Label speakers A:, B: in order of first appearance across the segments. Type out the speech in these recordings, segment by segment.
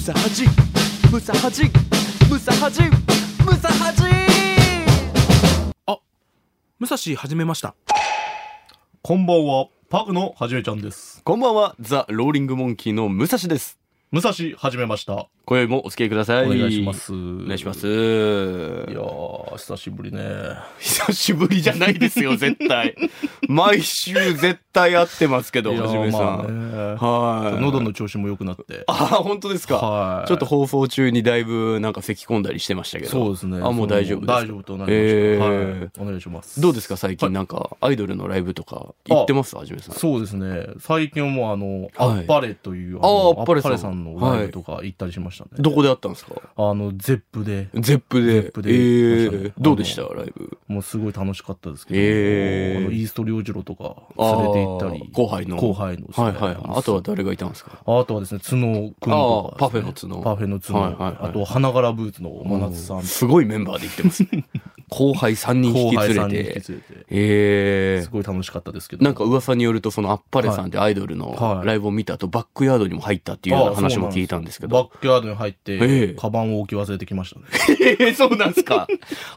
A: サハジムサハジムサハジムサハジ
B: 武蔵始めました
C: こんばんは、パグのはじめちゃんです。
A: こんばんはザ・ローリング・モンキーの武蔵です
C: 武蔵はじめました。
A: 今宵もお付き合いください
C: お願いします。
A: お
C: お
A: 願いします
C: いやー、久しぶりね。
A: 久しぶりじゃないで すよ絶対毎週絶対会ってますけど
C: いや
A: はじ
C: ー
A: めさん、
C: まあね
A: はい
C: 喉の調子も良くなって。
A: あ本当ですか、
C: はい。
A: ちょっと放送中にだいぶなんか咳込んだりしてましたけど
C: そうですね。
A: あもう大丈夫です
C: 大丈夫となりました。
A: えー
C: はい。お願いします。
A: どうですか最近なんかアイドルのライブとか行ってますはじめさん
C: そうですね。最近はもうあの、
A: は
C: あ
A: い
C: っぱれという、
A: あ
C: の
A: ーあっぱれさん
C: あっさんのライブとか行ったりしましたね。
A: どこで会ったんですか
C: あの、ゼップで、
A: ゼップで
C: ゼップで
A: え
C: 行きました
A: ー
C: ね
A: どうでしたライブ
C: もうすごい楽しかったですけど、
A: えー
C: あのイースト良次郎とか連れて行った
A: あ
C: り
A: ー、後輩の
C: 後輩のですね
A: はいはいあとは誰がいたんですか
C: あとはですね、角君とか、
A: ああパフェの角
C: パフェの角。
A: はいはいはい
C: あと、花柄ブーツの真夏さん。
A: すごいメンバーで行ってますね 後輩3人引
C: 後
A: き連
C: 輩
A: れ
C: さんに
A: て
C: 引き連れて。
A: え
C: すごい楽しかったですけ
A: ー、
C: ど。
A: なんか噂によるとそのあっぱれさんってアイドルの
C: はい
A: ライブを見た後バックヤードにも入ったっていうような話も聞いたんですけど
C: ああそうなんですバックヤードに入って、
A: ええ
C: カバンを置き忘れてきま したね。
A: えー、そうなんで すか。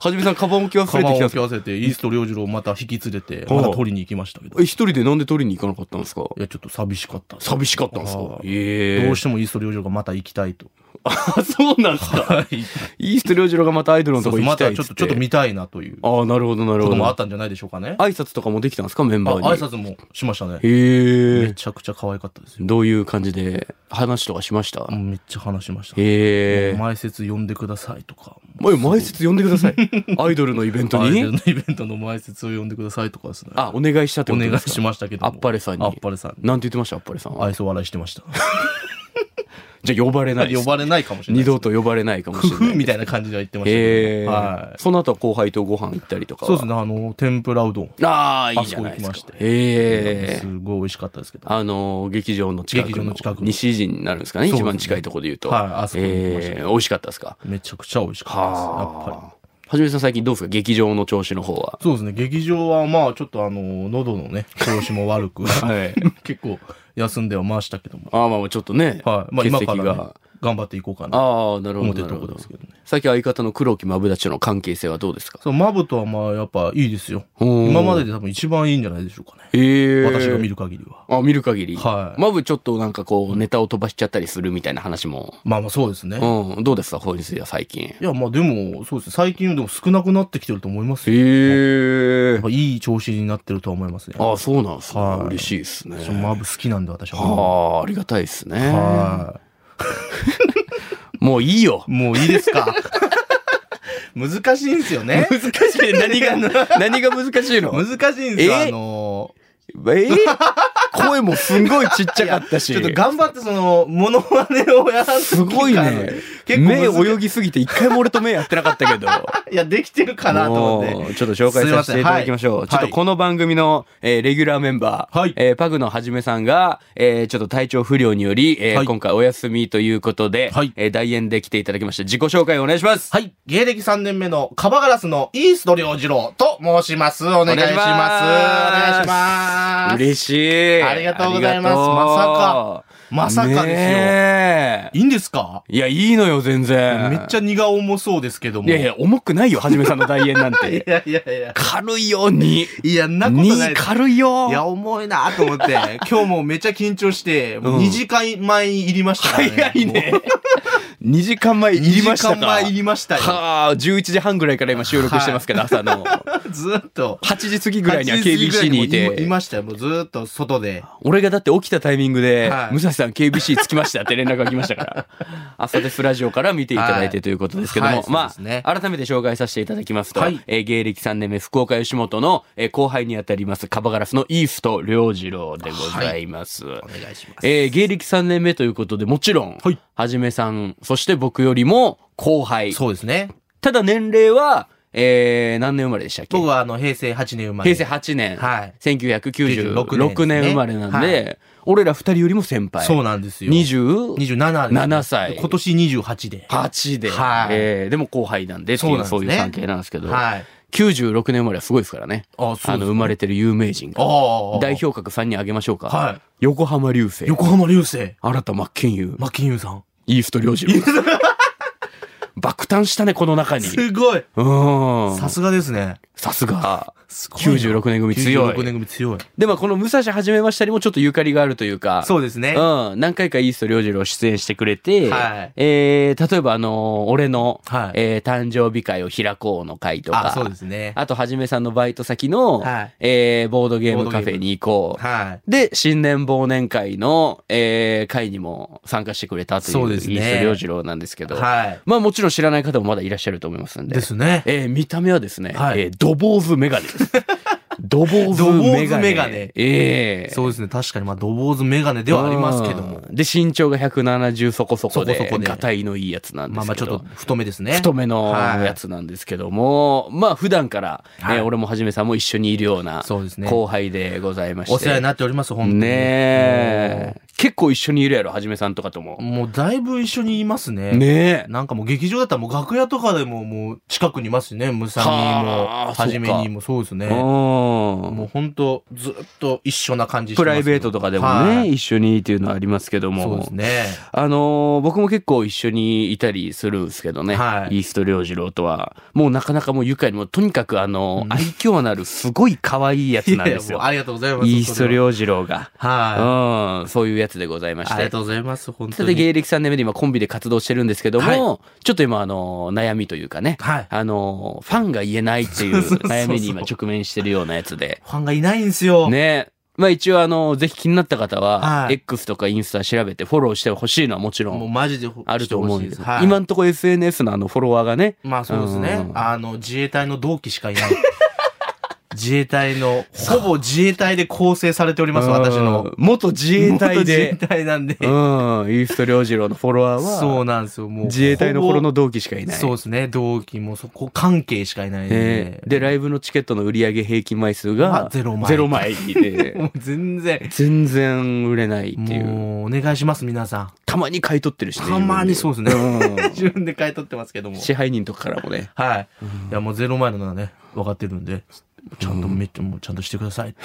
A: はじめさん、カバン置き忘
C: カ
A: れ
C: バ
A: て
C: ン
A: き
C: を
A: た
C: 置
A: んです
C: き
A: か
C: 忘れて、イースト良次郎をまた引き連れて、
A: ほう
C: また取りに行きましたけど。
A: え
C: い
A: 一人でなんで取りに行かなかったんですか
C: や、ちょっと寂しかったです。
A: 寂しかったんですか
C: はあ
A: ええ
C: どうしてもイースト良次郎がまた行きたい と。
A: あ、そうなんですか。
C: はい。
A: イースト良次郎がまたアイドルの
C: そ
A: と
C: うそう
A: こ行
C: ま
A: きた
C: た
A: いっ
C: ちょっ
A: つっ
C: と、
A: て。
C: ちょっと見たいなというこ
A: ああ、なるほど、なるほ
C: ともあっ
A: ど。
C: たんじゃないでしょうかね。
A: 挨拶とかもできたんですかメン
C: あ
A: バーに。
C: 挨拶もしましたね。
A: ええ
C: めちゃくちゃ可愛かったですよ。
A: どういう感じで話とかしました、
C: もうめっちゃ話しました。
A: ええ
C: 前説呼んでくださいとか。
A: 前前説呼んでください。 アイドルのイベント
C: アイドル
A: に
C: のイベントの前説を呼んでくださいとかですね。
A: あ、お願いしたって
C: お
A: こと
C: 願
A: で
C: い
A: すか
C: しましたけど
A: あ
C: も。
A: っぱれさんに
C: あっぱれさんに。
A: なんて言ってましたあっぱれさんは。
C: 愛想笑いしてました。
A: じゃあ呼ばれないです。
C: 呼ばれないかもしれな
A: 二
C: いです。
A: 度と呼ばれないかもし
C: ふ
A: れない
C: ふ。みたいな感じでは言ってました
A: え
C: け
A: え
C: ど。はい。
A: その後は後輩とご飯行ったりとかは
C: そうですね、あの、天ぷらうどん。
A: ああいいじゃないですか
C: あそこ行きまして
A: ええ
C: すごい美味しかったですけど。
A: あの劇場の近くの
C: 劇場の近く
A: 西陣になるんですか
C: そ
A: ね
C: うですね
A: 一番近いところで言うと、
C: はいあそこに行きました
A: ええ美味しかったですか
C: めちゃくちゃ美味しかったです。やっぱり。
A: ははじめさん最近どうですか劇場の調子の方は
C: そうですね、劇場はまあちょっとあの、喉のね、調子も悪く、
A: はい
C: 結構休んではましたけども。
A: ああまあちょっとね、
C: はい。まあ
A: 欠
C: 今か
A: 席
C: らね
A: が
C: 頑張っていこうかな。
A: ああなるほ
C: 思っ
A: ど
C: てる
A: なる
C: ところ
A: ほど
C: ですけどね。
A: 最近相方の黒木マブダチとの関係性はどうですか
C: そう、マブとはまあやっぱいいですよ。
A: おー
C: 今までで多分一番いいんじゃないでしょうかね。
A: ええ
C: 私が見
A: る
C: る限りは。
A: あ見る限り、
C: はい
A: マブちょっとなんかこうネタを飛ばしちゃったりするみたいな話も
C: まあまあそうですね。
A: うん、どうですか、本日は最近。
C: いや、まあでも、そうですね。最近でも少なくなってきてると思いますよ。
A: へえ
C: やっぱいい調子になってるとは思いますね。
A: ああ、そうなんですね。
C: はい
A: 嬉しいですね。
C: そうマブ好きなんで私は。
A: ああ、ありがたいですね。
C: は
A: もういいよ
C: い。。もういいですか 難しいんですよね。
A: 難しい。何が、何が難しいの
C: 難しいんですよ。
A: え
C: あの
A: えー声もすんごいちっちゃかったし。
C: ちょっと頑張ってその、モノマネをやらんとき
A: すごい
C: から
A: ね。
C: 結構
A: 目
C: 難しい
A: 泳ぎすぎて一回も俺と目やってなかった けど。
C: いや、できてるかなと思って。
A: もうちょっと紹介させていただきましょう。
C: すいませんはい
A: ちょっとこの番組の、えーレギュラーメンバー、
C: はい
A: えーパグのはじめさんが、えーちょっと体調不良により、えー
C: はい
A: 今回お休みということで、
C: はい
A: えー代演で来ていただきました。自己紹介お願いします。
C: はい。芸歴3年目のカバガラスのイースト良次郎と申します。お願いします。お願いします。
A: 嬉しい。
C: ありがとうございます
A: ま
C: まさか。まさかですよ。
A: ねえ
C: いいんですか
A: いや、いいのよ、全然。
C: めっちゃ荷が重そうですけども。
A: いやいや、重くないよ、はじめさんの代演なん
C: い
A: て。
C: やいやいや。
A: 軽いよ、に。
C: いや、んなこと
A: に
C: ないです。
A: 軽いよ。
C: いや、重いなと思って、今日もめっちゃ緊張して、もう2時間前に入りましたからね。
A: 早いね
C: もう。
A: 2時間前入りましたか
C: 2時間前入りましたよ。
A: はあ、11時半ぐらいから今収録してますけど、朝の。
C: ずっと。
A: 8時過ぎぐらいには
C: 8時過ぎ
A: KBC
C: ぐら
A: にい
C: もい
A: て、
C: ましたよ。もうずっと外で。
A: 俺がだって起きたタイミングで
C: は、い
A: 武蔵さん KBC 着きましたって連絡が来まし たから、朝ですラジオから見ていただいてということですけど
C: は
A: も
C: い、そう
A: ま
C: ですね
A: あ、改めて紹介させていただきますと
C: はい、
A: えー芸歴3年目福岡吉本のえー後輩にあたります、カバガラスのイースト良次郎でございます。
C: お願いします。
A: えー芸歴3年目ということで、もちろん、
C: はい
A: はじめさん、そして僕よりも後輩。
C: そうですね。
A: ただ年齢は、えー、何年生まれでしたっけ
C: 僕はあの、平成8年生まれ。
A: 平成8年。
C: はい
A: 1996年生まれなんで、
C: は
A: 俺ら二人よりも先輩。
C: そうなんですよ。
A: 27
C: 27です、
A: 7歳
C: 今年28で。
A: 8で、
C: はい
A: えーでも後輩なんでっていう、そ
C: そう
A: う
C: なんですね
A: いう関係なんですけど、
C: はい。
A: 96年生まれはすごいですからね。
C: あ、そうです
A: あの、生まれてる有名人が。
C: ああ。
A: 代。表格3人あげましょうか。
C: はい
A: 横浜流星。
C: 横浜流星。
A: 新田真剣佑。
C: 真金優さん。
A: イースト良 次郎。爆誕したね、この中に。う
C: すごい
A: ん。
C: さすがですね。
A: さすが。
C: すごいな
A: 96年組強
C: 96
A: い。
C: 年組強い。
A: でもこの武蔵始めましたにもちょっとゆかりがあるというか。
C: そうですね。
A: うん、何回かイースト良次郎出演してくれて、
C: はい
A: えー、例えばあのー俺の、
C: はい
A: えー誕生日会を開こうの会とか、
C: あ、そうですね。
A: あとはじめさんのバイト先の、
C: はい
A: えーボードゲームカフェに行こう。
C: はい。
A: で、新年忘年会の、えー会にも参加してくれたという、
C: そうですね
A: イースト良次郎なんですけど、
C: はい。
A: まあもちろん知らない方もまだいらっしゃると思いますんで、
C: ですね。
A: えー見た目はですね、
C: はい
A: えードボーズメガネです。ドボーズ
C: ドボ
A: メ
C: ー
A: ガ
C: ズ
A: ネ。
C: メガネ
A: ええ
C: そうですね。確かに、まあ、ドボーズメガネではありますけども
A: う。んで、身長が170そこそこで、
C: そこそこで
A: ガタイのいいやつなんですけど。
C: まあまあ、ちょっと太めですね。
A: 太めの
C: はい
A: やつなんですけども、まあ普段から、
C: はい
A: えー俺もはじめさんも一緒にいるような
C: そうですね
A: 後輩でございまして。
C: お世話になっております、本当に。
A: ねえ。結構一緒にいるやろ、はじめさんとかとも。
C: もう、だいぶ一緒にいますね。
A: ねえ。
C: なんかもう劇場だったらもう楽屋とかでももう近くにいますしね、むさみ
A: は
C: も、
A: あ
C: はじめにもそうですね。
A: うん
C: もうほんとずっと一緒な感じして
A: プ
C: ます
A: ラ
C: ね
A: イベートとかでもね、
C: はい
A: 一緒にっていうのはありますけども。
C: そうですね。
A: あのー僕も結構一緒にいたりするんですけどね、
C: はい
A: イースト良次郎とはもうなかなかもう愉快にもうとにかくあのー
C: うん
A: 愛嬌のあるすごい可愛いやつなん
C: いや
A: で
C: い
A: す
C: やも
A: よ
C: うありがとうございます。
A: イースト良次郎が、
C: は
A: うんそういうやつでございま
C: い。
A: し
C: ありが
A: て
C: とうございます、本
A: そ
C: 当
A: れで
C: に。
A: 芸歴3年目で今コンビで活動してるんですけども、
C: はい
A: ちょっと今あのー悩みというかね、
C: はい
A: あのーファンが言えないっていう
C: そうそうそう
A: 悩みに今直面してるようなやつで
C: ファンがいないんですよ。
A: ね。まあ一応あの、ぜひ気になった方は、
C: はい
A: X とかインスタ調べてフォローしてほしいのはもちろ
C: もうんマジでほ
A: あると思うんです。
C: してほしはい
A: 今んとこ SNS のあのフォロワーがね、
C: まあそうです
A: う
C: ね
A: ん。
C: あの、自衛隊の同期しかいない。自衛隊 の、ほぼ自衛隊で構成されております、私
A: う
C: の
A: ん。元自衛隊
C: 元
A: で、
C: 自衛隊なんで。
A: うん、イースト良次郎のフォロワーは、
C: そうなんですよ、もう。
A: 自衛隊の頃の
C: ほ
A: 同期しかい
C: ぼ
A: ない。
C: そうですね、同期もそこ関係しかいないん
A: え
C: で
A: え。で、ライブのチケットの売り上げ平均枚数
C: ま
A: が
C: あゼロ枚
A: ゼロ枚 で、
C: もう全然。
A: 全然売れないっていう。
C: もう、お願いします、皆さん。
A: たまに買い取ってるしね
C: たまにそうですね。
A: う
C: 自分で買い取ってますけども
A: ん。支配人とかからも ね。
C: はい。いや、もうゼロ前のならね、分かってるんで、ちゃんとめっちゃ、もうちゃんとしてください。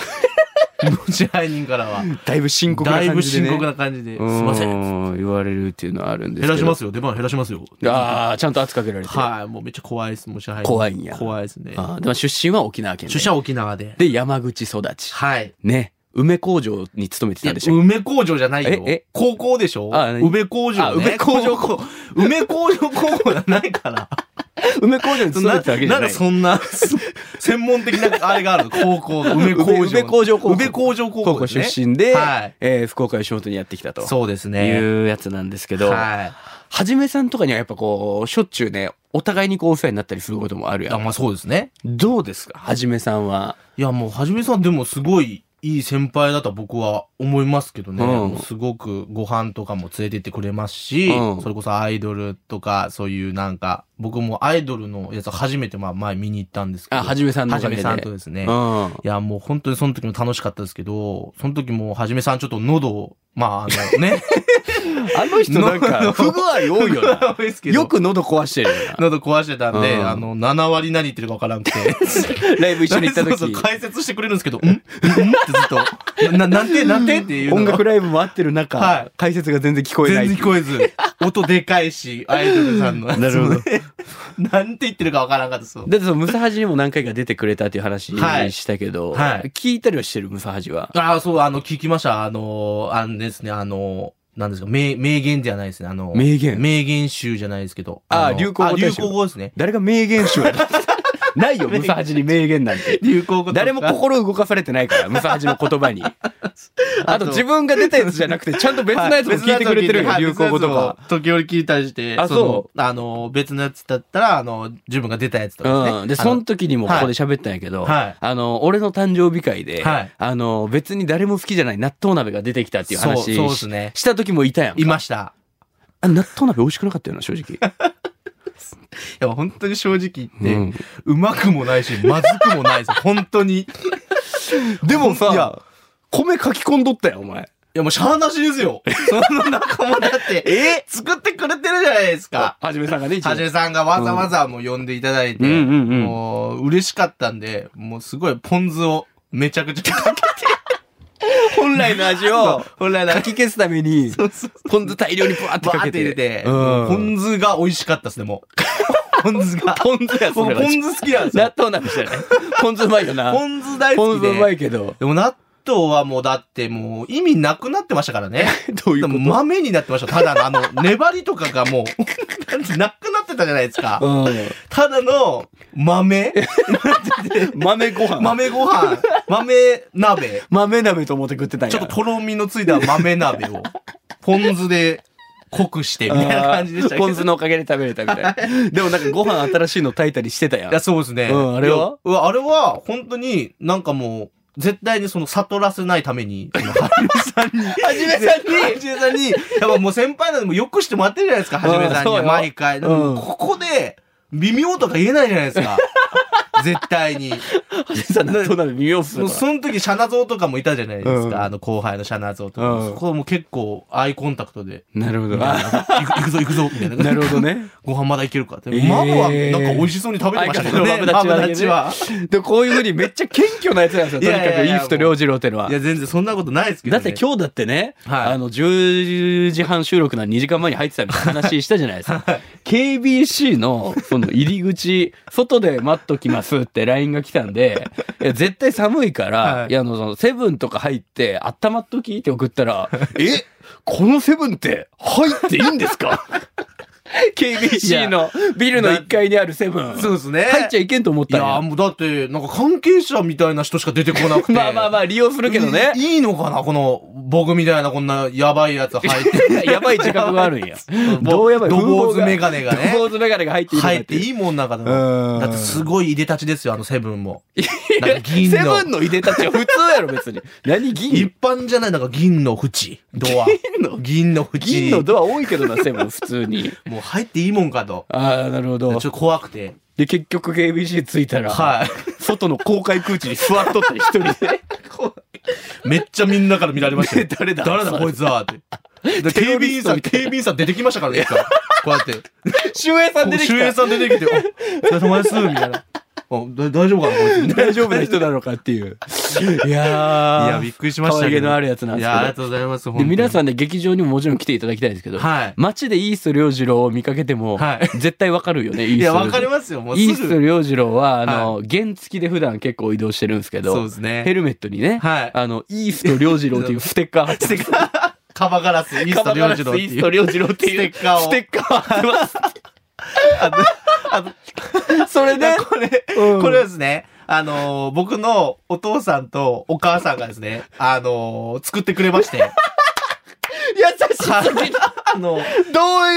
C: 支配人からは。
A: だいぶ深刻な
C: だい
A: 感
C: ぶ
A: じで、ね。
C: 深刻な感じで、すい
A: うん
C: ません。減
A: 言われるっていうのはあるんですけど。
C: らしますよ、出番減らしますよ。
A: ああ、ちゃんと圧かけられてる。
C: はい、もうめっちゃ怖いです、もう支配人。
A: 怖いんや
C: 怖いですね。
A: あーでも出身は沖縄県で。
C: 出社は沖縄で。
A: で、山口育ち。
C: はい。
A: ね。梅工場に勤めて
C: い
A: た
C: や
A: んでしょ。
C: 梅工場じゃないよ
A: ええ。
C: 高校でしょ
A: あ何
C: 梅工
A: あ
C: 場、ね。
A: 梅工場
C: 高校。梅工場高校じゃない から。
A: 梅工場に勤めてたわけじゃ
C: な
A: なんい
C: で。そん な、専門的なあれがあるの高校、梅工場。
A: 梅工場高校
C: 梅工場高校
A: 高校
C: ですね
A: 出身で、
C: はい。
A: えー福岡吉本にやってきたと。
C: そうですね。
A: いうやつなんですけど、は
C: は
A: じめさんとかにはやっぱこう、しょっちゅうね、お互いにこうお世話になったりすることもある
C: い。
A: や
C: あ、
A: ん。
C: まあそうですね。
A: どうですかはじめさんは。
C: いや、もう、はじめさんでもすごいいい先輩だと僕は思いますけどね。
A: うん
C: もうすごくご飯とかも連れてってくれますし、
A: うん
C: それこそアイドルとか、そういうなんか、僕もアイドルのやつ初めてまあ前見に行ったんですけど。
A: あ、はじめさんの
C: は
A: お
C: じ
A: か
C: め
A: げで。
C: さんとですね。
A: うん。
C: いや、もう本当にその時も楽しかったですけど、その時もはじめさんちょっと喉を、まあ、あのね、
A: あの人なんか、不具合 多いよな。
C: 多いですけど
A: よく喉壊してるよな。
C: 喉壊してたんで、
A: うん
C: あの、7割何言ってるかわからんくて。
A: ライブ一緒に行った
C: そうそう
A: 時
C: 解説してくれるんですけど、んんんってずっと、な、なんて、なんてっていうの
A: 音
C: が
A: 楽ライブも合ってる中、
C: はい
A: 解説が全然聞こえない
C: 全然聞こえず、音でかいし、 アイドルさんの。
A: なるほど
C: そのね。 なんて言ってるかわからんかったです。
A: だってそのムサハジにも何回か出てくれたっていう話
C: はい
A: したけど、
C: はい
A: 聞いたりはしてるムサハジは。
C: ああ、そう、あの、聞きました。あの、あのですね、あの、なんですか、名、名言じゃないですね。あの、
A: 名言
C: 名言集じゃないですけど。
A: あー
C: の
A: 流行語
C: あ
A: 大賞
C: 流行語ですね。
A: 誰が名言集だ ないよ、ムサハジに名言なんて。
C: 流行語とか
A: 誰も心動かされてないから、ムサハジの言 葉に。あと自分が出たやつじゃなくて、ちゃんと別のやつも聞いてくれてるよ、
C: はい
A: 流行語
C: 別のやつを聞
A: とか。。
C: いてはい別のやつを時折聞いたりして、。
A: あそう
C: あの、別のやつだったら、あの、自分が出たやつとかですね。
A: うん。で、
C: あ
A: その時にもここで喋ったんやけど、
C: はい
A: あの、俺の誕生日会で、
C: はい
A: あの、別に誰も好きじゃない納豆鍋が出てきたっていう話
C: そうそうですね
A: しした時もいたやんか
C: いました。
A: あ納豆鍋美味しくなかったよな、正直。
C: いや、本当に正直
A: う
C: 言
A: ん
C: って、うまくもないし、まずくもないで す。本当に。い
A: でも
C: い
A: さ
C: や、
A: 米書き込んどったよ、お前。
C: や、もうしゃーなしですよ。その仲間だ って、え作ってくれてるじゃないですか。
A: はじめさんがね、一応
C: はじめさんがわざわざもう呼んでいただいて、
A: うんうんうん
C: もう嬉しかったんで、もうすごいポン酢をめちゃくちゃかけて、
A: 本来の味を、本来のかき消すために、ポン酢大量にブワーって
C: バ
A: か
C: ー
A: け
C: って入れ
A: て。
C: て、
A: うん
C: もうポン酢が美味しかったですね、も う。ポン酢が。
A: ポン酢や、そ
C: 僕
A: れは
C: ポン酢好きなんですよ
A: 納。豆なんですよね。ポン酢うまいよな。
C: ポン酢大
A: ポ
C: 好
A: ン
C: き
A: 酢うまい
C: で。
A: けど。
C: でも納豆はもうだってもう意味なくなってましたからね。
A: どういう
C: で
A: こ
C: も豆になってました。ただのあの、 粘りとかがもう、なんてなくなってたじゃないですか。
A: と
C: ただの豆
A: うん。豆ご 飯。
C: 豆ご飯、豆鍋、
A: 豆鍋と思って食ってたんや。
C: ちょっととろみのついた豆鍋を、ポン酢で濃くして、みたいな感じでしたけど。
A: ポン酢のおかげで食べれたみたいな。でもなんかご飯新しいの炊いたりしてたやん
C: いや、。そうですね。
A: うんあれはい
C: やうわあれは、本当になんかもう、絶対にその悟らせないため に、そのはじめさんに。はじめさんにはじめさんに、やっぱもう先輩なんでもうよくしてもらってるじゃないですか、はじめさんに
A: うんそう
C: は。
A: よ
C: 毎回。で
A: うん
C: もここで、微妙とか言えないじゃないです か。絶対に。
A: さ納豆鍋微妙っす
C: も
A: よ
C: うその時、シャナゾウとかもいたじゃないです
A: うん
C: か。あの、後輩のシャナゾウと
A: う
C: か。
A: ん
C: そこはもう結構、アイコンタクトで。
A: なるほど。
C: あ
A: あ
C: 行く行くぞ行くぞみたいな。
A: なるほど。ね。
C: ご飯まだいけるかって。
A: えー
C: マムはなんか美味しそうに食べてましたけどね。
A: 相方のマブダ
C: マブダ
A: チ
C: チは
A: は。で、こういうふうにめっちゃ謙虚なやつなんですよ。とにか
C: いやいや
A: く、
C: いや
A: イースト良次郎ってのは。
C: いや、全然そんなことないですけど、
A: だっ
C: ね。
A: て今日だってね、
C: はい
A: あの、10時半収録なの2時間前に入ってたみたいな話したじゃない ですか。KBC の、その入り口、外で待っときますって LINE が来たん で、いや、絶対寒いから、
C: はい
A: い、や、あの、その、セブンとか入って、温まっときって送ったら、 えこのセブンって入っていいんです か ?KBC のビルの1階にあるセブン。
C: そうですね。
A: 入っちゃいけんと思っ
C: い
A: たん
C: や、
A: や
C: もうだって、なんか関係者みたいな人しか出てこなくて。
A: まあまあまあ、利用するけどね。
C: いいいのかなこの、僕みたいなこんなやばいやつ入って。
A: やばい自覚がある んや。ど
C: ど
A: う
C: う
A: や
C: や
A: ば
C: ば
A: い
C: いドボーズメガネがね
A: ドボーズメガネが入っていいのか
C: 入って
A: い
C: いいもんなんかでも。
A: うん
C: だってすごいいでたちですよ、あのセブンも。
A: や
C: なんか銀
A: セ
C: の
A: ブンのいでたちは普通やろ、別に。何
C: 一
A: 銀
C: 般じゃない、なんか銀の縁、ドア。
A: 銀の
C: 銀の縁。
A: 銀のドア多いけどな、セブン、普通に。
C: もう入っていいもんかと。
A: ああ、なるほ
C: ちょ
A: ど
C: っ。と怖くて。
A: で、結局 KBC 着いたら、
C: はい。
A: 外の公開空地に座っとったり、一人 で。。
C: めっちゃみんなから見られましたよ
A: 誰だ
C: 誰だこいつは って。で警
A: テロ
C: 備
A: リ
C: 員
A: スト
C: さん、
A: み
C: 警
A: たいな
C: 備員さん出てきましたからね、一回こうやって。
A: 周平さん出てき
C: 周
A: た
C: 平。さん出てきて、お、お疲れ様です、みたいな。 おだ大丈夫かな、こいつ。
A: 大丈夫な人なのかっていう。 い
C: い
A: やー。
C: や、びっくりしました
A: 可愛
C: け
A: げ
C: ど。
A: のあるやつなん
C: い
A: です
C: や、ありが
A: けど。
C: とうございます。
A: で、皆
C: ん。
A: さんで劇場にももちろん来ていただきたいんですけど、
C: はい
A: 街でイースト良次郎を見かけても、
C: はい
A: 絶対わかるよね、イ
C: い
A: ースト
C: や、
A: 良次郎
C: わかりますよ。もう
A: イ
C: す
A: ースト
C: ぐ。
A: 良次郎は、あの、原付で普段結構移動してるんですけど、
C: そうですね
A: ヘルメットにね、
C: はい
A: あの、イースト良次郎っていうステッカー貼ってます。
C: カバガラス、イース
A: カ
C: ト
A: バ
C: 両
A: ガ
C: 郎次
A: ラス
C: 郎って
A: イー
C: い
A: ス
C: う
A: ト。良次郎っていう
C: ステッカーを
A: ステッカー貼ってます。
C: あのあの
A: それ
C: い
A: で
C: や、これ、
A: うん
C: これはですね、あのー僕のお父さんとお母さんがですね、あのー作ってくれまして。
A: 優しすぎる。
C: あの、
A: どういう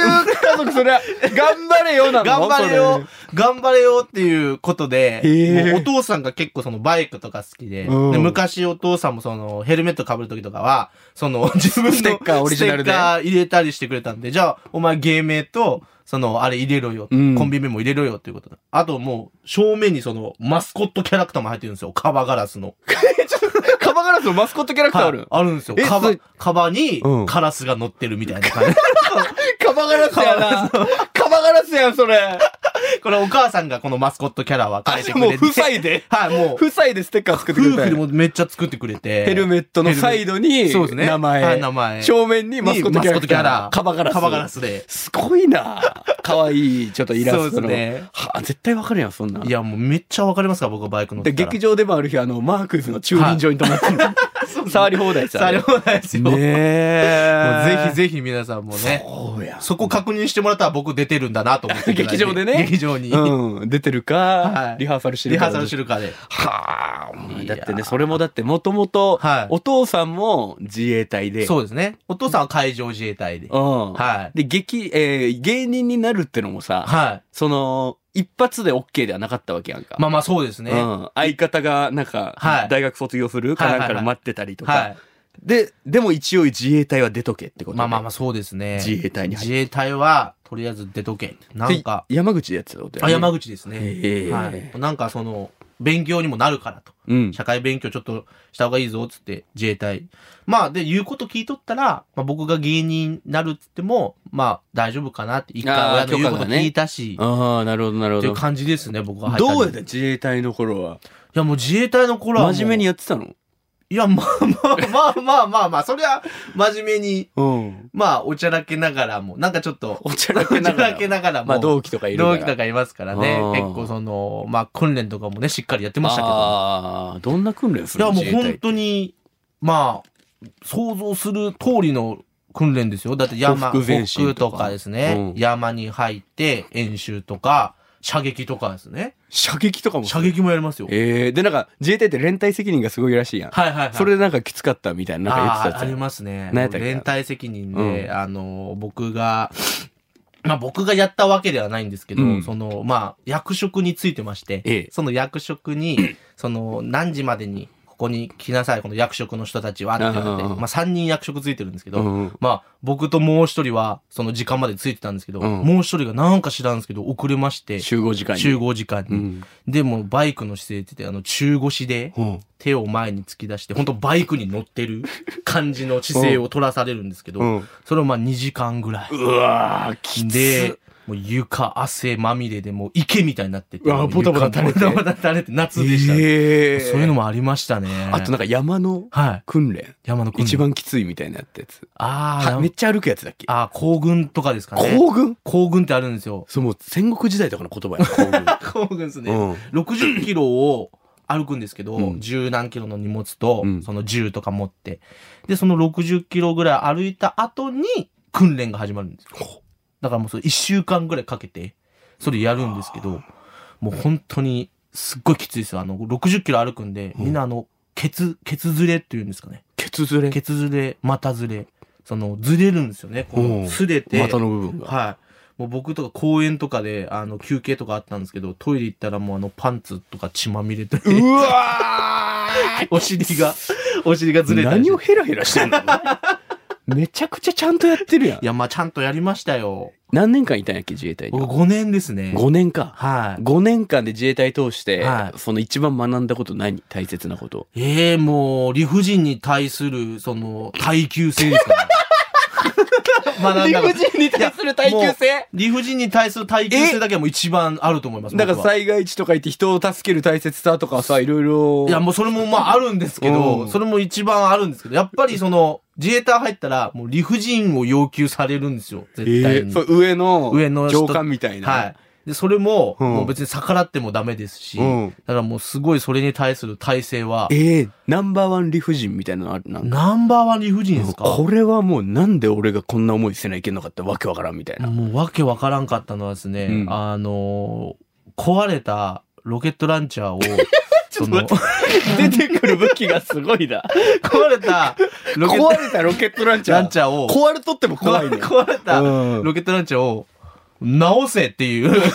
A: 家族それは、頑張れよな の
C: 頑張れよ、頑張れよっていうことで、
A: へえ
C: もうお父さんが結構そのバイクとか好きで、
A: うん
C: で昔お父さんもそのヘルメット被る時とかは、その自分の
A: ステッカーオリジナルで
C: ステッカー入れたりしてくれたんで、じゃあお前芸名と、そのあれ入れろよ、
A: うん
C: コンビ名も入れろよっていうことで。あともう正面にそのマスコットキャラクターも入ってるんですよ。カバガラスの。
A: それカバガラスのマスコットキャラクターある。
C: はいあるんですよ
A: え。
C: カ
A: そ
C: バ
A: れ、
C: カバに
A: うん
C: カラスが乗ってるみたいな感じ。
A: カバガラスや な。カバガラスやん、それ。
C: これお母さんがこのマスコットキャラは変えてく
A: もう、
C: れて。
A: 夫妻で。
C: はい、もう。
A: 夫妻でステッカー作ってくれ
C: 夫
A: た
C: 婦
A: ん
C: で
A: や
C: もめっちゃ作ってくれて。
A: ヘルメットのサイドに、
C: そうですね
A: 名
C: はい
A: 前。
C: 名前
A: 正面にマスコットキ
C: にマ
A: ャラクター。
C: スコットキャラ
A: カバガラス。
C: カバガラスで。
A: すごいな。可愛い、ちょっとイラスト
C: そう
A: の。
C: ですね
A: はあ、絶対わかるやん、そんなん
C: い。や、もうめっちゃわかりますから、僕はバイク乗って
A: で、
C: たら。
A: 劇場でもある日、あの、マークズの駐輪場に止まって る。触り放題さ。
C: さあ、両方ないですよ。
A: ね
C: もう
A: え。
C: ぜひぜひ皆さんもね、
A: そうや。
C: そこ確認してもらったら僕出てるんだなと思っていただいて。
A: 劇場でね
C: 劇場に。
A: うん。出てるか
C: は、い
A: リハーサルしてる
C: リ
A: か。
C: ハーサルしてるからで。
A: はあ、
C: い
A: だ
C: や
A: ってね、それもだってもともと
C: はい、
A: お父さんも自衛隊で、
C: そうですね。お父さんは海上自衛隊で。
A: う
C: は
A: ん。
C: い。
A: で、劇、えー芸人になるってのもさ、
C: はい。
A: その、一発で OK ではなかったわけやんか。
C: まあまあそうですね。
A: う
C: は
A: ん。相方が、なんか、
C: はい
A: 大学卒業するかなんかの待ってたりとか、
C: い。
A: で、でも一応自衛隊は出とけってことで。
C: まあまあまあそうですね。
A: 自衛隊に入って
C: 自衛隊は、とりあえず出とけ。なんか、
A: で山口でやってたことや
C: あ、
A: ね
C: 山口です
A: へえ
C: ね。はい。なんかその、勉強にもなるからと。
A: うん。
C: 社会勉強ちょっとした方がいいぞ、つって、自衛隊。まあ、で、言うこと聞いとったら、まあ僕が芸人になるっつっても、まあ大丈夫かなって、一回
A: あー
C: 親の言うこと
A: 許可がね
C: 聞いたし、
A: ああ、なるほど、なる
C: っ
A: ほ
C: ていう
A: ど。
C: 感じですね、僕が入った
A: どうやっ
C: の
A: た自衛隊の頃は。
C: いや、もう自衛隊の頃はもう。
A: 真面目にやってたの
C: いや、まあまあまあまあまあまあ、そりゃ、真面目に、
A: うん。
C: まあ、おちゃらけながらも、なんかちょっと、
A: おちゃ
C: お
A: らけな
C: ちゃ
A: が
C: ら
A: ら。
C: けながらも、
A: まあ同期とかいるから。
C: 同期とかいますからね
A: うん。
C: 結構その、まあ、訓練とかもね、しっかりやってましたけど。
A: ああ、どんな訓練す
C: い
A: る
C: や、
A: の
C: もう
A: 自衛隊
C: 本当に、まあ、想像する通りの訓練ですよ。だって山、
A: 匍
C: 匍
A: 匐前進
C: 匐
A: とか
C: とかですね、
A: うん
C: 山に入って演習とか、射撃とかですね。
A: 射撃とかも。
C: 射撃もやりますよ。はい
A: ええで、なんか、自衛隊って連帯責任がすごいらしいやん。
C: はいはい。
A: それでなんかきつかったみたいな、なんか言って
C: あー
A: た
C: あり
A: や
C: ますね。
A: 何やったっけ
C: 連帯責任で、
A: うん
C: あの、僕が、まあ僕がやったわけではないんですけど、
A: うん
C: その、まあ役職についてまして、
A: ええ
C: その役職 に、その何時までにここに来なさい、この役職の人たちはってなって、
A: うんうんうん
C: まあ3人役職ついてるんですけ
A: つ。
C: ど、
A: うんうん
C: まあ僕ともう一人はその時間までついてたんですけど、
A: うん
C: もう一人がなんか知らんすけど遅れまして、
A: 集合時間に。
C: 集合時間
A: う
C: に。
A: ん。
C: でもうバイクの姿勢って言って、あの中腰で、
A: うん。
C: 手を前に突き出して、本当バイクに乗ってる感じの姿勢を取らされるんですけど、
A: うん
C: それをまあ2時間ぐらい。
A: うわー、きつ
C: で、もう床、汗まみれで、もう池みたいになってて。
A: うわボタボタ垂れて
C: ボタボタ垂れて、夏でした、
A: ええ
C: そういうのもありましたね。
A: あとなんか山の
C: はい。
A: 訓練。
C: 山の訓練
A: 一。番きついみたいなやったやつ。
C: あ
A: は
C: ー
A: めっちゃ歩くやつだっけ
C: あー、行軍とかですかね。
A: 行軍
C: 行軍ってあるんですよ。
A: そう、もう戦国時代とかの言葉や、
C: 行軍です ね。
A: 行軍。
C: 60キロを歩くんですけど、
A: うん
C: 十、何キロの荷物と、
A: うん
C: その銃とか持って、で、その60キロぐらい歩いた後に訓練が始まるんですよ。だからもうそれ1週間ぐらいかけて、それやるんですけど、もう本当にすっごいきついですよ。あの、60キロ歩くんで、
A: うん
C: みんなあの、ケツ、ケツずれっていうんですかね。
A: ケツずれ。
C: ケツずれ、股ずれ。その、ずれるんですよね。こ
A: うん
C: う、すれて。
A: 股の部分が。
C: はい。もう僕とか公園とかで、あの、休憩とかあったんですけど、トイレ行ったらもうあの、パンツとか血まみれて、
A: うわ ー
C: お尻 が、お尻がずれたりして
A: 何をヘラヘラしてんの めちゃくちゃちゃんとやってるやん
C: い。や、まあちゃんとやりましたよ。
A: 何年間いたんやっけ、自衛隊に
C: 僕。5年ですね。
A: 5年か。
C: はい。
A: 5年間で自衛隊通して、
C: はい
A: その一番学んだこと何大切なこと。
C: ええもう、理不尽に対する、その、耐久性です か、ね、学んだこと
A: 尽に
C: 対す
A: る
C: 耐久理不尽に対する耐久性だけはもう一番あると思います。
A: だから
C: 僕は
A: 災害地とか行って人を助ける大切さとかさ、いろいろ。
C: いや、もうそれもまああるんですけ
A: う
C: ど、
A: ん
C: それも一番あるんですけど、やっぱりその、自衛隊入ったら、もう理不尽を要求されるんですよ、
A: え
C: 絶対
A: ー
C: に。
A: そう上の
C: 上の人
A: 上官みたいな。
C: はい。で、それも、
A: うん
C: もう別に逆らってもダメですし、
A: うん
C: だからもうすごいそれに対する体制は、
A: えーナンバーワン理不尽みたいなのあるなんか
C: ナンバーワン理不尽ですか
A: これはもうなんで俺がこんな思いせないけんのかってわけわからんみたいな。
C: もうわけわからんかったのはですね、
A: うん
C: あのー壊れたロケットランチ ャーを、その、
A: 出てくる武器がすごいな。
C: 壊れたロケット
A: 壊れたロケットランチャー。
C: ランチャーを、
A: 壊れとっても怖いね。
C: 壊れた
A: うん
C: ロケットランチャーを直せっていう。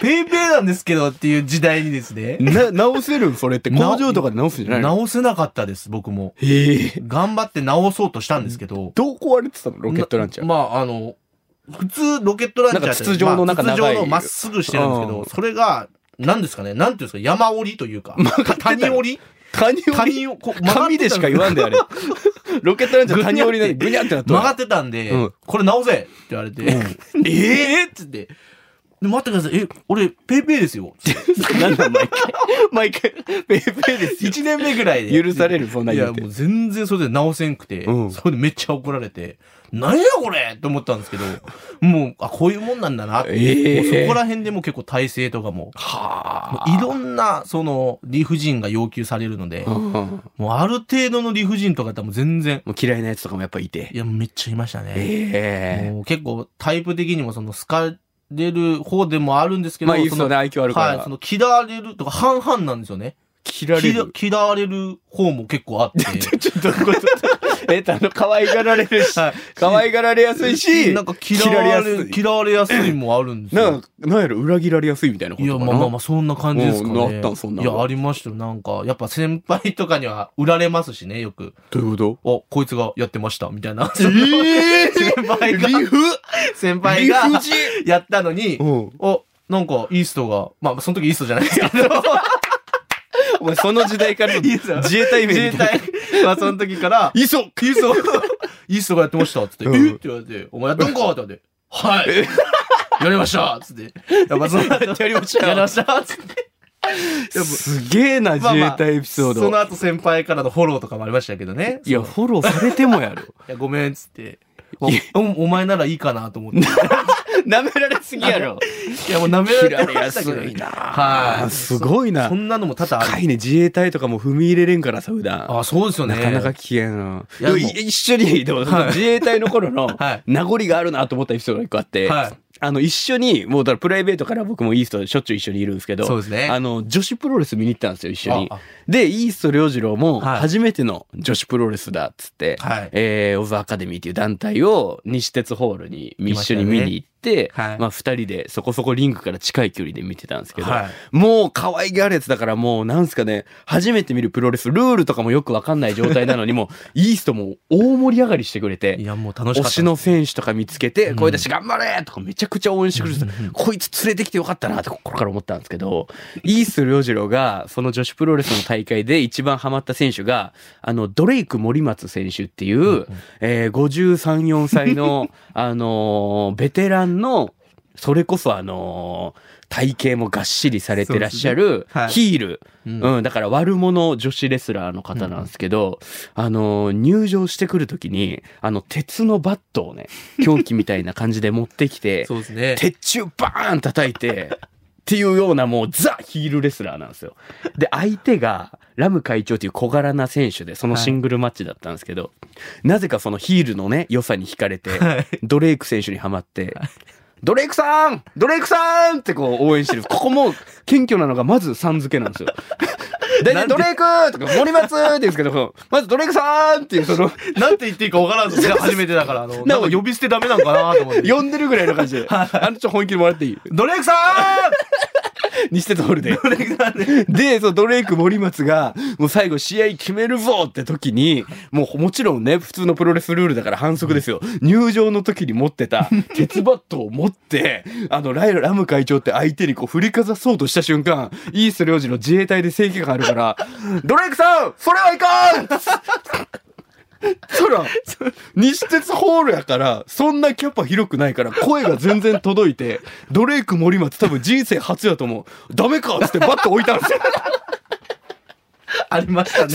C: ペイペイなんですけどっていう時代にですね、
A: な、直せるんそれって
C: な
A: 工場とかで直すんじゃないの
C: 直せなかったです、僕も。
A: へえ。
C: 頑張って直そうとしたんですけど。
A: どう壊れてたのロケットランチャー。
C: なまあ、あの、普通ロケットランチャーって
A: なんか筒状のなんか
C: まあ
A: 長い
C: 筒状のまっすぐしてるんですけ
A: うん
C: ど、それが、なんですかね、なんていうんですか、山折りと いうか、谷折り
A: 谷折り
C: 谷を、こう
A: 紙でしか言
C: わ
A: わんであれ。 ロケットランチャー谷折りなんでぐ
C: ぐ
A: にゃってなっと
C: 曲が
A: る
C: ってたんで、
A: うん
C: これ直せって言われて、 ええっつって、で待ってください、え、俺、ペイペイですよ。
A: なんだ毎回。毎回。ペイペイですよ。
C: 1年目ぐらいで。
A: 許される、そんない言
C: や、
A: うて
C: もう。全然それで直せんくて、
A: うん
C: それでめっちゃ怒られて、なんやこれって思ったんですけど、もう、あ、こういうもんなんだなって、
A: ええ
C: もうそこら辺でもう結構体制とかも、も
A: は
C: ういろんな、その、理不尽が要求されるので、
A: あ。うんも
C: もうある程度の理不尽とかだってもう全然、
A: う嫌いなやつとかもやっぱいて
C: い。や、めっちゃいましたね。
A: え
C: もう結構タイプ的にもその好かれる方でもあるんです
A: え。
C: けど、
A: まあいいっすよね、愛嬌あ
C: そ
A: る
C: の、
A: か
C: はい、
A: ら
C: そ。の嫌われるとか半々なんですよね。
A: 嫌われる。
C: 嫌嫌われる方も結構あって。
A: ちょっとこう、えっと、あの、可愛がられるし、
C: はい
A: 可愛がられやすいし、
C: なんか嫌われ
A: 嫌われやすい
C: 嫌われやすいもあるんですよ。
A: なんか、なんやろ、裏切られやすいみたいなこ
C: い
A: と
C: や、
A: かな。
C: まあまあまあ、そんな感じですかね。
A: うんあったんそんないの
C: や、ありましたよ。なんか、やっぱ先輩とかには売られますしね、よく。
A: どういうこと
C: お、こいつがやってました、みたいな。
A: え
C: 先輩が、
A: 理不
C: 先輩
A: 理
C: が
A: 不尽
C: やったのに、
A: うん。
C: お、なんか、イーストが、まあ、その時イーストじゃないですけど、
A: お前、その時代からの
C: いいっすよ
A: 自衛隊名
C: 自衛
A: みたいな。
C: 隊はその時 から、
A: いそ
C: イースト、 イーストがやってました、つって、
A: うん
C: えって言われて、お前やったんかって言われて、はい、やりました、つって。やっぱその
A: やりました
C: やりました、つって。や
A: すげえな、自
C: まあまあ
A: 衛隊エピソード。
C: その後先輩からのフォローとかもありましたけどね。
A: いや、フォローされて もやろ。
C: いやごめんっつって。おお前ならいいかなと 思って。
A: 舐められすぎやろ。
C: いやもう舐められてましたけど。
A: 切られやすいな
C: は
A: あ
C: い。
A: すごいな
C: そ。んなのも多々あ
A: 深
C: る。
A: いね、自衛隊とかも踏み入れれんからさ、普段。
C: あ、そうですよね。
A: なかなか危険ない
C: や
A: い
C: もう
A: 一緒に、でも、その自衛隊の頃の
C: はい
A: 名残があるなと思ったエピソードが一個あって、
C: はい
A: あの、一緒に、もうだからプライベートから僕もイーストしょっちゅう一緒にいるんですけど、
C: そうですね
A: あの、女子プロレス見に行ったんですよ、一緒に
C: ああ。
A: で、イースト良次郎も、
C: はい
A: 初めての女子プロレスだっつって、
C: はい
A: えー、オズアカデミーっていう団体を西鉄ホールに
C: 行き
A: 一
C: ました
A: 緒
C: ね
A: に見に行って、
C: はい
A: まあ二人でそこそこリンクから近い距離で見てたんですけど、
C: はい
A: もう可愛げあるやつだからもうなんすかね、初めて見るプロレス、ルールとかもよくわかんない状態なのにもう、イーストも大盛り上がりしてくれ
C: い
A: て、
C: やもう楽しか
A: 推
C: った。
A: しの選手とか見つけて、
C: うん
A: 声出し頑張れとかめちゃくちゃ応援してくれてた
C: うんうんうん
A: こいつ連れてきてよかったなって心から思ったんですけど、イースト良次郎がその女子プロレスの大会で一番ハマった選手が、あの、ドレイク森松選手っていう、えー53、4 歳の、あのーベテランの、それこそあのー体型もがっしりされてらっしゃる
C: すねはい
A: ヒール、
C: うん
A: うん、だから悪者女子レスラーの方なんですけど、あのー入場してくるときに、あの、鉄のバットをね、凶器みたいな感じで持ってきて、
C: そうですね。
A: 鉄柱バーン叩いて、っていうようなもうザ・ヒールレスラーなんですよ。で、相手がラム会長という小柄な選手で、そのシングルマッチだったんですけど、なぜかそのヒールのね、良さに惹かれて、
C: はい
A: ドレイク選手にはまって、ドレイクさんドレイクさんってこう応援してる。ここも謙虚なのがまずさん付けなんですよ。大体ドレイクとか森松って言うんですけど、こうまずドレイクさんっていうその、
C: なんて言っていいかわからんですね。 初めてだから、あの、
A: な
C: なんん
A: か
C: か呼び捨てダメなんかなと思っ て。
A: 呼んでるぐらいの感じで、あのちょ本気でもらっていい
C: ドレイクさ
A: 西鉄ホール
C: ー
A: で。
C: んドレイクさんね。
A: で、そのドレイク森松が、もう最後試合決めるぞって時に、もうもちろんね、普通のプロレスルールだから反則ですよ。入場の時に持ってた鉄バットを持って、あの、ライラム会長って相手にこう振りかざそうとした瞬間、イースト領事の自衛隊で正義感あるから、ドレイクさんそれはいかんそら、西鉄ホールやから、そんなキャパ広くないから、声が全然届いて、ドレイク森松多分人生初やと思う。ダメかっつってバット置いたんですよ。
C: ありましたね。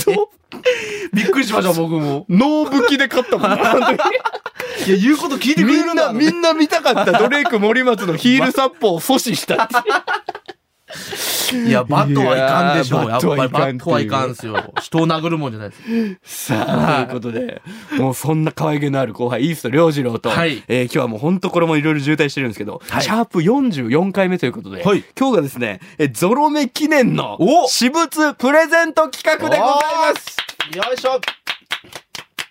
C: びっくりしました、僕も。
A: 脳武器で勝ったもんな。
C: いや、言うこと聞いてく
A: み
C: れる
A: んな、みんな見たかったドレイク森松のヒール殺法を阻止したって。
C: いや、バットはいかんでしょう。
A: い
C: や
A: や
C: っ
A: ー
C: ぱり
A: バ
C: バ
A: ッ
C: ッ
A: ト
C: ト
A: は
C: はいい
A: か
C: か
A: ん
C: んですよ。人を殴るもんじゃないです。
A: さあ、ということで、もうそんな可愛げのある後輩、イースト良次郎と、
C: はい
A: えー今日はもう本当これもいろいろ渋滞してるんですけど、
C: はい
A: シャープ44回目ということで、
C: はい
A: 今日がですね、えーゾロ目記念の
C: お
A: 私物プレゼント企画でございます
C: す。よいしょ。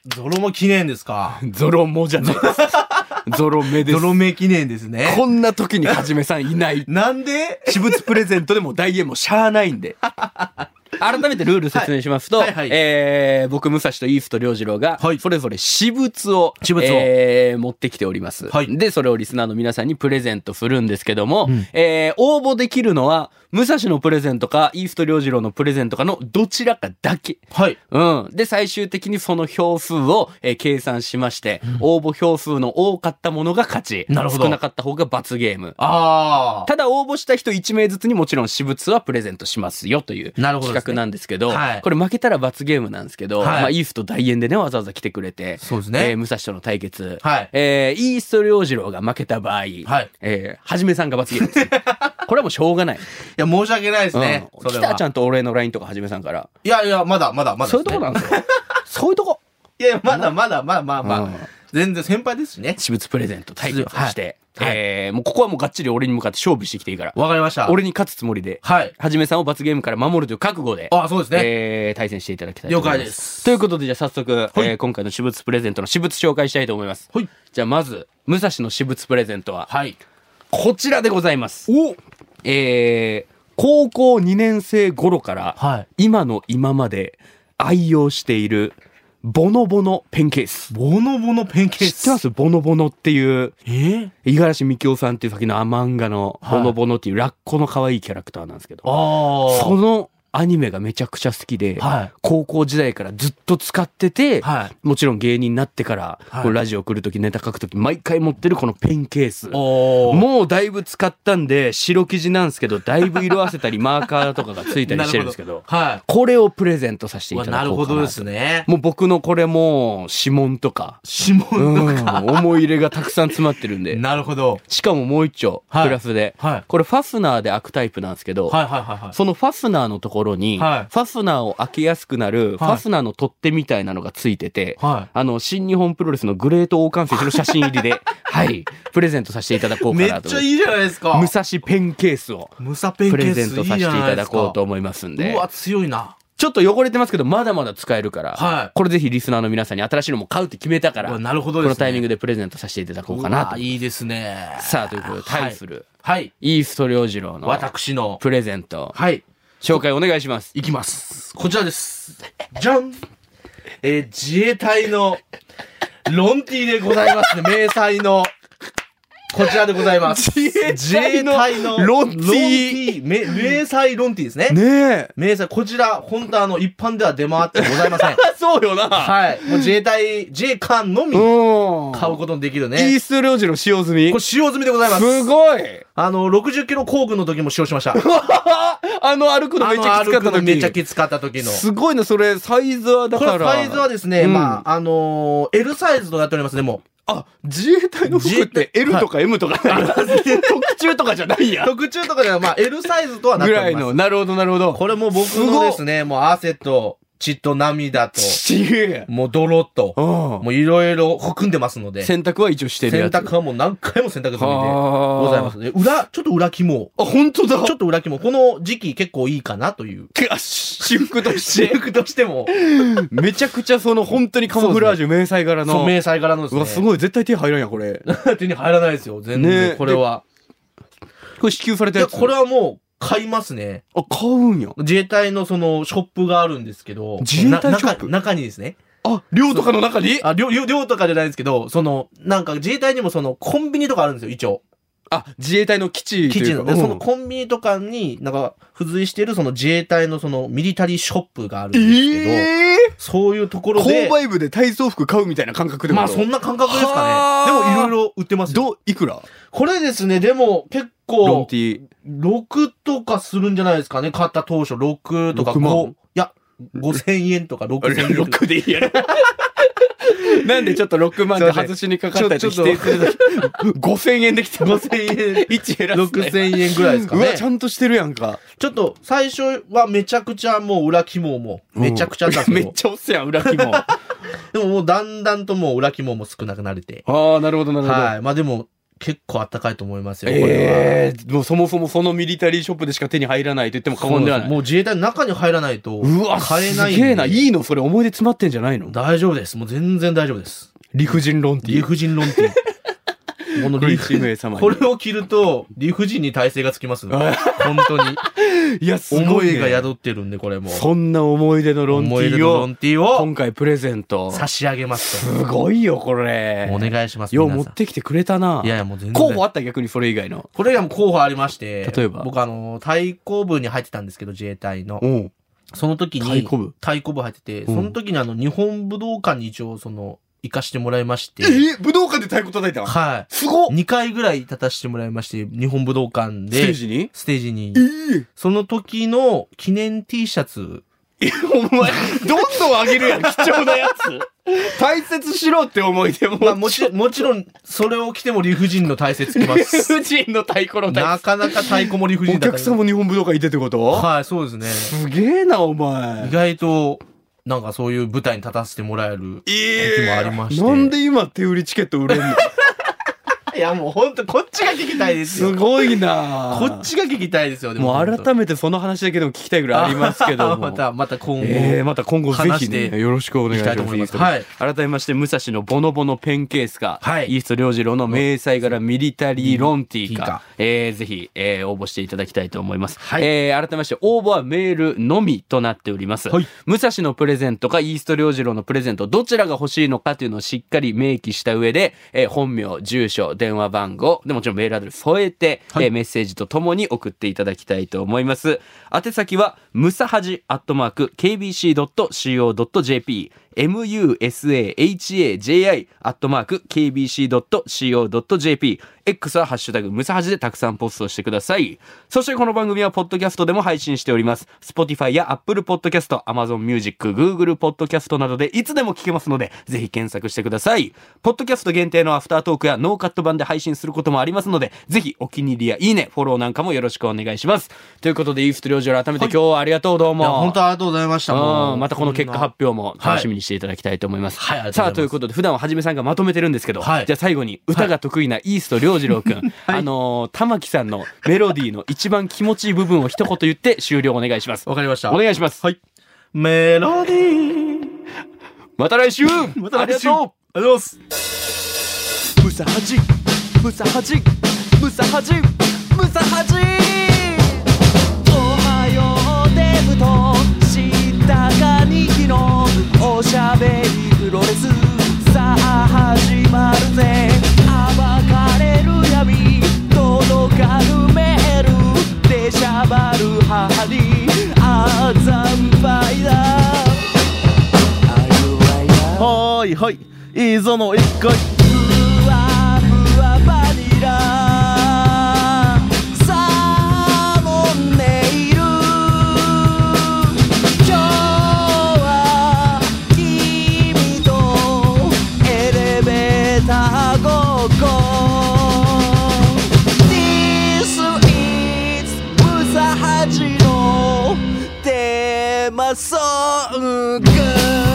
C: ゾロも記念ですか。
A: ゾロもじゃな いです。ゾロ目です
C: ゾ。ロ目記念ですね。
A: こんな時にはじめさんいない。
C: なんで
A: 私物プレゼントでも大イエもしゃあないんで。改めてルール説明しますと、
C: はいはいはい
A: えー僕、武蔵とイースと良次郎が
C: は、い
A: それぞれ私物を、
C: 私物を
A: えー持ってきております、
C: はい
A: で、それをリスナーの皆さんにプレゼントするんですけども、
C: うん
A: えー応募できるのは、武蔵のプレゼントか、イースと良次郎のプレゼントかのどちらかだけ。
C: はい。
A: うん。で、最終的にその票数を、えー計算しまして、応募票数の多かったものが勝ち。
C: なるほど
A: 少なかった方が罰ゲーム。
C: ああ。
A: ただ応募した人1名ずつにもちろん私物はプレゼントしますよという
C: なるほど
A: 企
C: ですね
A: 画なんですけど、
C: はい
A: これ負けたら罰ゲームなんですけど、
C: はい
A: まあ、イースと大円でね、わざわざ来てくれて、
C: そうですね
A: えー武蔵との対決。
C: はい
A: えーイースト良次郎が負けた場合、
C: はい
A: えーはじめさんが罰ゲーム です。これはもうしょうがない。
C: いや、申し訳ないですね。
A: うん。
C: それ
A: 北
C: は
A: ち。ゃんと俺の LINE とかはじめさんから、
C: いやいや、まだまだまだ。
A: そういうとこなん
C: ん
A: ですよ。そういうとこ。
C: いやいや、まだまだまあまあま
A: う
C: あ
A: ん。
C: 全然先輩ですしね。
A: 私物プレゼント対決をして、
C: はいはい
A: えーもうここはもうがっちり俺に向かって勝負してきていいから、
C: わかりました。
A: 俺に勝つつもりで、
C: はい。
A: はじめさんを罰ゲームから守るという覚悟で、
C: あ、そうですね。
A: えー対戦していただきたいと思いま
C: 了
A: す。
C: 解です
A: ということで、じゃあ早速、えー今回の私物プレゼントの私物紹介したいと思います。
C: はい
A: じゃあまず、武蔵の私物プレゼントは、
C: はい。
A: こちらでございます。
C: お
A: えー高校2年生頃から、
C: はい
A: 今の今まで愛用している、ボノボノペンケース。
C: ボノボノペンケー
A: 知
C: ス。
A: ってますボノボノっていう、
C: えー
A: 五十嵐美京さんっていう先の漫画の、
C: はい
A: ボノボノっていうラッコの可愛いキャラクターなんですけど、
C: ああ。
A: そのアニメがめちゃくちゃ好きで、
C: はい。
A: 高校時代からずっと使ってて、
C: はい。
A: もちろん芸人になってから、
C: はい
A: こうラジオ来るとき、ネタ書くとき、毎回持ってるこのペンケース。
C: おー。
A: もうだいぶ使ったんで、白生地なんですけど、だいぶ色あせ たり、マーカーとかがついたりしてるんですけど、
C: は
A: これをプレゼントさせて
C: い。
A: いう
C: わ
A: た
C: な
A: だ
C: る
A: こう
C: ほ
A: か
C: ど
A: な
C: で
A: と。
C: すね。
A: もう僕のこれも、指紋とか、
C: 指紋
A: うん
C: とか。
A: 思い入れがたくさん詰まってるんで。
C: なるほど。
A: しかももう一丁、
C: はい
A: プラスで、
C: はい
A: これファスナーで開くタイプなんですけど、
C: はいはいはいはい。
A: そのファスナーのところに、フ
C: はい
A: ァスナーを開けやすくなる、フ
C: はい
A: ァスナーの取っ手みたいなのがついてて、
C: は
A: あの、新日本プロレスのグレート王冠選手の写真入 りで、はい、プレゼントさせていただこ
C: い。
A: うか
C: め
A: な
C: っ
A: と
C: ち
A: 思
C: ゃ
A: って。
C: いいじゃないですか。
A: 武蔵ペンケースを
C: ムサペン
A: プ
C: ケ
A: レ
C: ース
A: ゼントさせていただこうと思いますん
C: いいじゃない
A: で
C: ですかうわ、。強いな。
A: ちょっと汚れてますけど、まだまだ使えるから、
C: はい
A: これぜひリスナーの皆さんに新しいのも買うって決めたか
C: う
A: ら、
C: わなるほど
A: こ
C: ですね。
A: のタイミング
C: で
A: でプレゼントさせていただこうかなと。
C: いいですね。
A: さあ、ということで、対する、
C: はい。
A: イースト良次郎の
C: 私の。
A: プレゼント、
C: はい。
A: 紹介お願いします。
C: いきます。こちらです。じゃんえー自衛隊のロンティでございます ね。迷彩の。こちらでございます。
A: 自衛隊のロンティ
C: め迷彩ロンティですね。
A: ねえ。
C: 迷彩、こちら、本当あの、一般では出回ってございませ ん。
A: そうよな。
C: はい。もう自衛隊、自衛官のみ
A: うん。
C: 買うことのできる
A: イ
C: ね。
A: ースト良次郎使用済み
C: これ。使用済みでございます。
A: すごい。
C: あの、60キロ工具の時も使用しま した。
A: あの歩くの
C: あ
A: めっち
C: の、
A: ゃきつか
C: 歩
A: っ
C: く
A: た
C: の
A: 時
C: めちゃきつかった時の。
A: すごいな、それ、サイズはだ
C: こ
A: か
C: れ
A: ら。
C: サイズはですね、
A: うん
C: まあ、あのー L サイズとなっております、でも。
A: あ、自衛隊の服って
C: 自衛
A: L とか M とかない、特注とかじゃないや。
C: 特注とかでは、まあ、L サイズとはなっ
A: ぐ
C: て
A: ら
C: お
A: い
C: ります。
A: の。なるほど、なるほど。
C: これもう僕のですね、もう汗と、血と涙と、
A: ちげえ。
C: もう泥と、
A: うん
C: も。ういろいろ含んでますので、洗
A: 洗濯は一応してるやつ。
C: 濯はもう何回も洗濯済みで
A: はあ
C: ございますね。裏、ちょっと裏肝。
A: あ、本当だ。
C: ちょっと裏肝。この時期結構いいかなという。
A: あ私服とし
C: 私
A: て。
C: 服としても、
A: めちゃくちゃその本当にカモフラージュ、迷彩柄
C: そう、
A: の。
C: 迷彩柄のです
A: う
C: ね。
A: わ、すごい。絶対手入らんや、これ。
C: 手に入らないですよ、全
A: ね
C: 然。これは。
A: これ支給され
C: い
A: たや
C: や、
A: つ。
C: これはもう、買いますね。
A: あ、買うんや。
C: 自衛隊のそのショップがあるんですけど、
A: 自衛隊ショップ
C: な中中にですね。
A: あ、寮とかの中に
C: あ、寮、寮寮とかじゃないんですけど、その、なんか自衛隊にもそのコンビニとかあるんですよ、一応。
A: あ、自衛隊の基地と
C: 基
A: い
C: 地
A: うか。
C: の。で、その
A: うん
C: コンビニとかに、なんか、付随してるその自衛隊のそのミリタリーショップがあるんですけど、
A: ええ
C: そういうところ
A: 購
C: で、
A: 買部で体操服買うみたいな感覚で
C: まあそんな感覚です
A: は
C: かね。で
A: あ
C: もいろいろ売ってますよ。
A: どいくら
C: これですね、でも結
A: ロン
C: 構
A: テ、ィ
C: 6とかするんじゃないですかね、買った当初。6とか
A: 6
C: 5。
A: 万
C: いや、5000円とか6000円とか。
A: 6でいいや ろなんでちょっと6万で外しにかかったやつ否定するだけ5000円でき た
C: 5000円。
A: 1減らすね
C: 6000円ぐらいですか
A: う
C: ね
A: わ。ちゃんとしてるやんか
C: ちょっと最初はめちゃくちゃもう裏肝もめちゃくちゃだったん
A: め
C: です
A: っ
C: け
A: ちゃおっせやん裏 肝あ
C: ど、でももうだんだんともう裏肝も少なくなれて。
A: あなるほどなるほど、
C: はい。まあでも結構あったかいと思いますよ、これは。
A: ええもうそもそもそのミリタリーショップでしか手に入らないと言っても過言ではない
C: もう自衛隊の中に入らないと
A: うわ
C: 買えないん
A: す
C: で
A: げえないいのそれ思い出詰まってんじゃないの
C: 大丈夫です。もう全然大丈夫です。
A: 理不尽ロンティ
C: 理不尽論点。 この
A: これ
C: 理
A: 一名様に
C: これを着ると理不尽に体勢がつき ます。本当に。
A: いやすごい、ね、
C: 思いが宿ってるんで、これも。
A: そんな思い出のロンテ
C: 思い
A: ィ
C: 出
A: ー
C: のロ
A: を
C: ンティーを
A: 今回プレゼント。
C: 差し上げますと。
A: すごいよ、これ。
C: お願いします。
A: よう
C: 皆
A: 持
C: さ
A: っ
C: ん
A: てきてくれたな。
C: いやいや、もう全然。
A: 候補あった逆にそれ以外の。
C: これがもう候補ありまして。
A: 例えば
C: 僕あの、対抗部に入ってたんですけど、自衛隊の
A: う。ん。
C: その時に。
A: 太鼓部。
C: 対抗部入ってて、
A: うん
C: その時にあの、日本武道館に一応、その、行かしてもらいまして。
A: 武道館で太鼓叩いた
C: は
A: すごっ
C: い。2回ぐらい立たせてもらいまして、日本武道館
A: ステー
C: で、
A: ジに
C: ステージに
A: え。え
C: その時の記念 T シャツ。
A: お前、どんどんあげるやん、 貴重なやつ。大切しろって思い出も。
C: まあもちろん、もちろん、それを着ても理不尽の大切つき ます。
A: 人の太鼓の
C: なかなか太鼓も理不尽
A: お
C: だった
A: 客さんも日本武道館いてってこと
C: はい、そうですね。
A: すげえな、お
C: 意
A: 前。
C: 外と、なんかそういう舞台に立たせてもらえる時もありまして。
A: なんで今手売りチケット売れんの
C: いや、もうほんとこっちが聞きたいです
A: す
C: よ。
A: ごいな
C: こっちが聞きたいですよ。で
A: もう
C: 本当
A: 改めてその話だけでも聞きたいぐ らいありますけども。
C: また、 また今後。
A: えーまた今後ぜ
C: 話
A: ひ
C: して
A: ね、よろしくお願いしま
C: いきたいと
A: す。
C: 思いますはい
A: 改めまして、武蔵のボノボのペンケースか、
C: はい
A: イースト良次郎の迷彩柄ミリタリーロンティー
C: いい
A: か
C: か、
A: えーぜひ、えー応募していただきたいと思います。
C: はい
A: えー改めまして、応募はメールのみとなっております。
C: はい
A: 武蔵のプレゼントか、イースト良次郎のプレゼント、どちらが欲しいのかというのをしっかり明記した上で、えー本名、住所、電話番号、でもちろんメールアドレス添えて、
C: はい
A: えーメッセージとともに送っていただきたいと思います。宛先は、ムサハジアットマーク、kbc.co.jp、musahaji アットマーク、kbc.co.jp、X はハッシュタグ、ムサハジでたくさんポストしてください。そしてこの番組は、ポッドキャストでも配信しております。Spotify や Apple Podcast、Amazon Music、Google Podcast などでいつでも聞けますので、ぜひ検索してください。ポッドキャスト限定のアフタートークやノーカット版で配信することもありますので、ぜひお気に入りやいいね、フォローなんかもよろしくお願いします。ということで、イーフト領事を改めて今日はありがとうどうも。
C: いや本当ありがとうございました。も
A: う
C: うん
A: またこの結果発表も楽しみにしていただきたいと思います。
C: はいはいありがとうございます
A: さあ、ということで、普段ははじめさんがまとめてるんですけど、
C: はい
A: じゃあ最後に歌が得意なイースト良次郎くん、 あのー、玉木さんのメロディーの一番気持ちいい部分を一言言って終了お願いします。
C: わかりました。
A: お願いします。
C: はい。メロディー。
A: また来週
C: また来週あ
A: ありがとう
C: りがとうございます。
A: ムサハジムサハジムサハジムサハジおはようデブとしたかにきのおしゃべりプロレスさあ始まるぜ暴かれる闇届かぬメールでしゃばる母にあざんぱいだ
C: はーいはい。いいぞの一回。
A: ふわふわバニラサーモンネイル今日は君とエレベーターごっこ This is ムサハジのテーマソング